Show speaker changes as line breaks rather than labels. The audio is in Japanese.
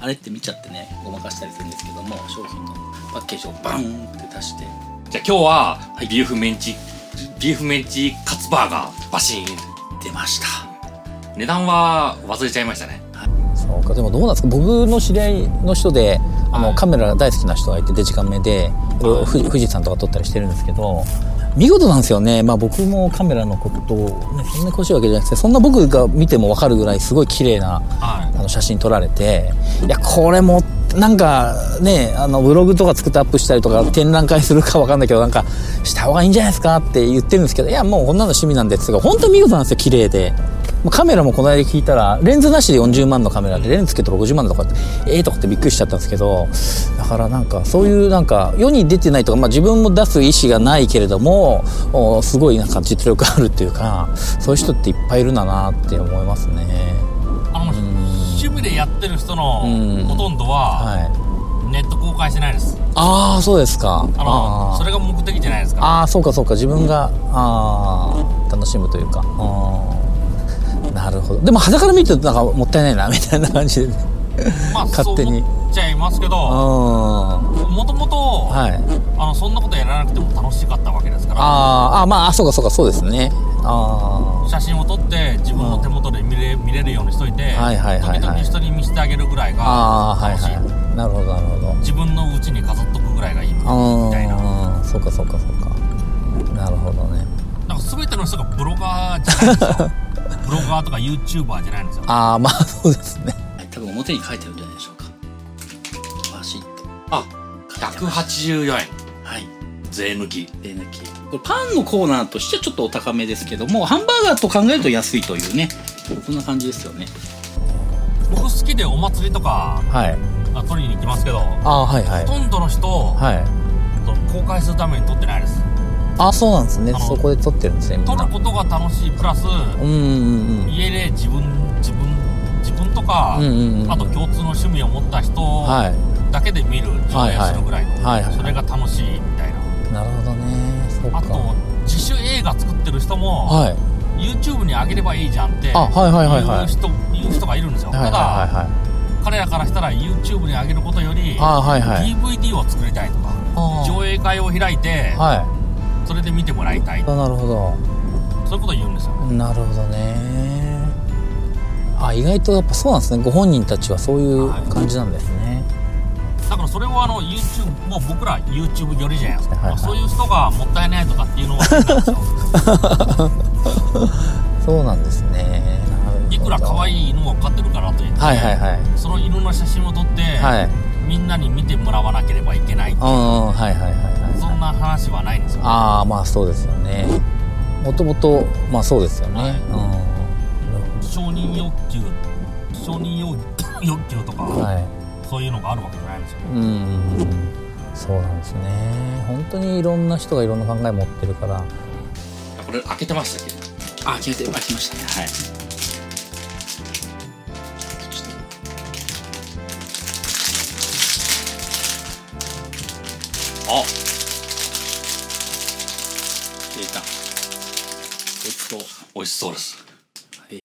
あれって見ちゃってねごまかしたりするんですけども商品のパッケージをバンって出して
じゃあ今日は、
はい
ビーフメンチビーフメンチカツバーガーバシーン
出ました
値段は忘れちゃいましたね
そうかでもどうなんですか僕の知り合いの人であ
はい
のカメラ大好きな人がいてデジカメで
はい
ふ富士山とか撮ったりしてるんですけど見事なんですよね、まあ、僕もカメラのことを、ね、そんな詳しいわけじゃなくてそんな僕が見ても分かるぐらいすごい綺麗な
は
あの写真撮られていやこれもなんかねあのブログとか作ってアップしたりとか展覧会するかわかんないけどなんかした方がいいんじゃないですかって言ってるんですけどいやもうこんなの趣味なんですが本当見事なんですよ綺麗で。もうカメラもこの間聞いたらレンズなしで40万のカメラでレンズつけて60万とかってええとかってびっくりしちゃったんですけどだからなんかそういうなんか世に出てないとか、まあ、自分も出す意思がないけれどもおすごいなんか実力あるっていうかそういう人っていっぱいいるんだなって思いますね。
あの趣味でやってる人の
うん
ほとんどは
はい
ネット公開してないです
ああそうですか
あ
あ
の
ー
それが目的じゃないですか
あーそうかそうか自分が、あー楽しむというかあーなるほどでも肌から見るとなんかもったいないなみたいな感じでね
まあ
勝手に
そう思っちゃいますけど
あ
もともと
ーはい
あのそんなことやらなくても楽しかったわけですから
あーあーまああそうかそうかそうですねあ
写真を撮って自分の手元で見れ見れるようにしといて
はいはいはいはい
時々人に見せてあげるぐらい
ああ
が
あーはい
楽しい、
はいなるほどなるほど
自分の家に飾っとくぐらいがいいみたいななんか
ああそうかそうかそうかなるほどね
全ての人がブロガーじゃないんで すよブロガーとか YouTuber じゃないんですよ
ああまあそうですね
はい多分表に書いてるんじゃないでしょうかバシッと
あ
書いてまし
184円
たはい
税抜き
税抜きこれパンのコーナーとしてはちょっとお高めですけどもハンバーガーと考えると安いというねこんな感じですよね
僕好きでお祭りとか
はい
あ取りに行きますけどほ
ああはいはい
とんどの人、
はい
と公開するために撮ってないです
ああそうなんですね
あの
そこで撮ってるんですねみん
撮る
な
ことが楽しいプラス
うんうんうん
家で自分自分自分とか、
うんうんうん
あと共通の趣味を持った人
はい
だけで見る上
はいはい
映するぐらいの、
はいはい
それが楽しいみたいな、
なるほどねそうか
あと自主映画作ってる人も、
はい
YouTube に上げればいいじゃんって
あはいはいはいはい
言う人言う人がいるんですよ、
はいはい
ただ
は
彼らからしたら YouTube に上げることよ
いは
り
いあはいはい
DVD を作りたいとか
あー
上映会を開いて、
は
それで見てもらいたい
いあなるほ
そういうことを言うんですよ
どなるほどねあ意外とやっぱそうなんですねご本人たちはそういう感じなんですね
だからそれをあの YouTube もう僕ら YouTube 寄りじゃないですか、
はいはい
そういう人がもったいないとかっていうのは変な んですよ
そうなんですねなるほど
いくら可愛い犬を飼ってるからといって、
はいはいはい
その犬の写真を撮って、
はい
みんなに見てもらわなければいけない
うんうんはいはいはいはい
そんな話はないんですよ
ああまあそうですよねもともとまあそうですよね、
はい
うん
承認欲求承認欲欲求とか、
はい
そういうのがあるわけじゃないんですよね
うんそうなんですね本当にいろんな人がいろんな考え持ってるから
これ開けてましたっけあ開けて開きましたねはいちょっと
あ
えーとえっと
美味しそうです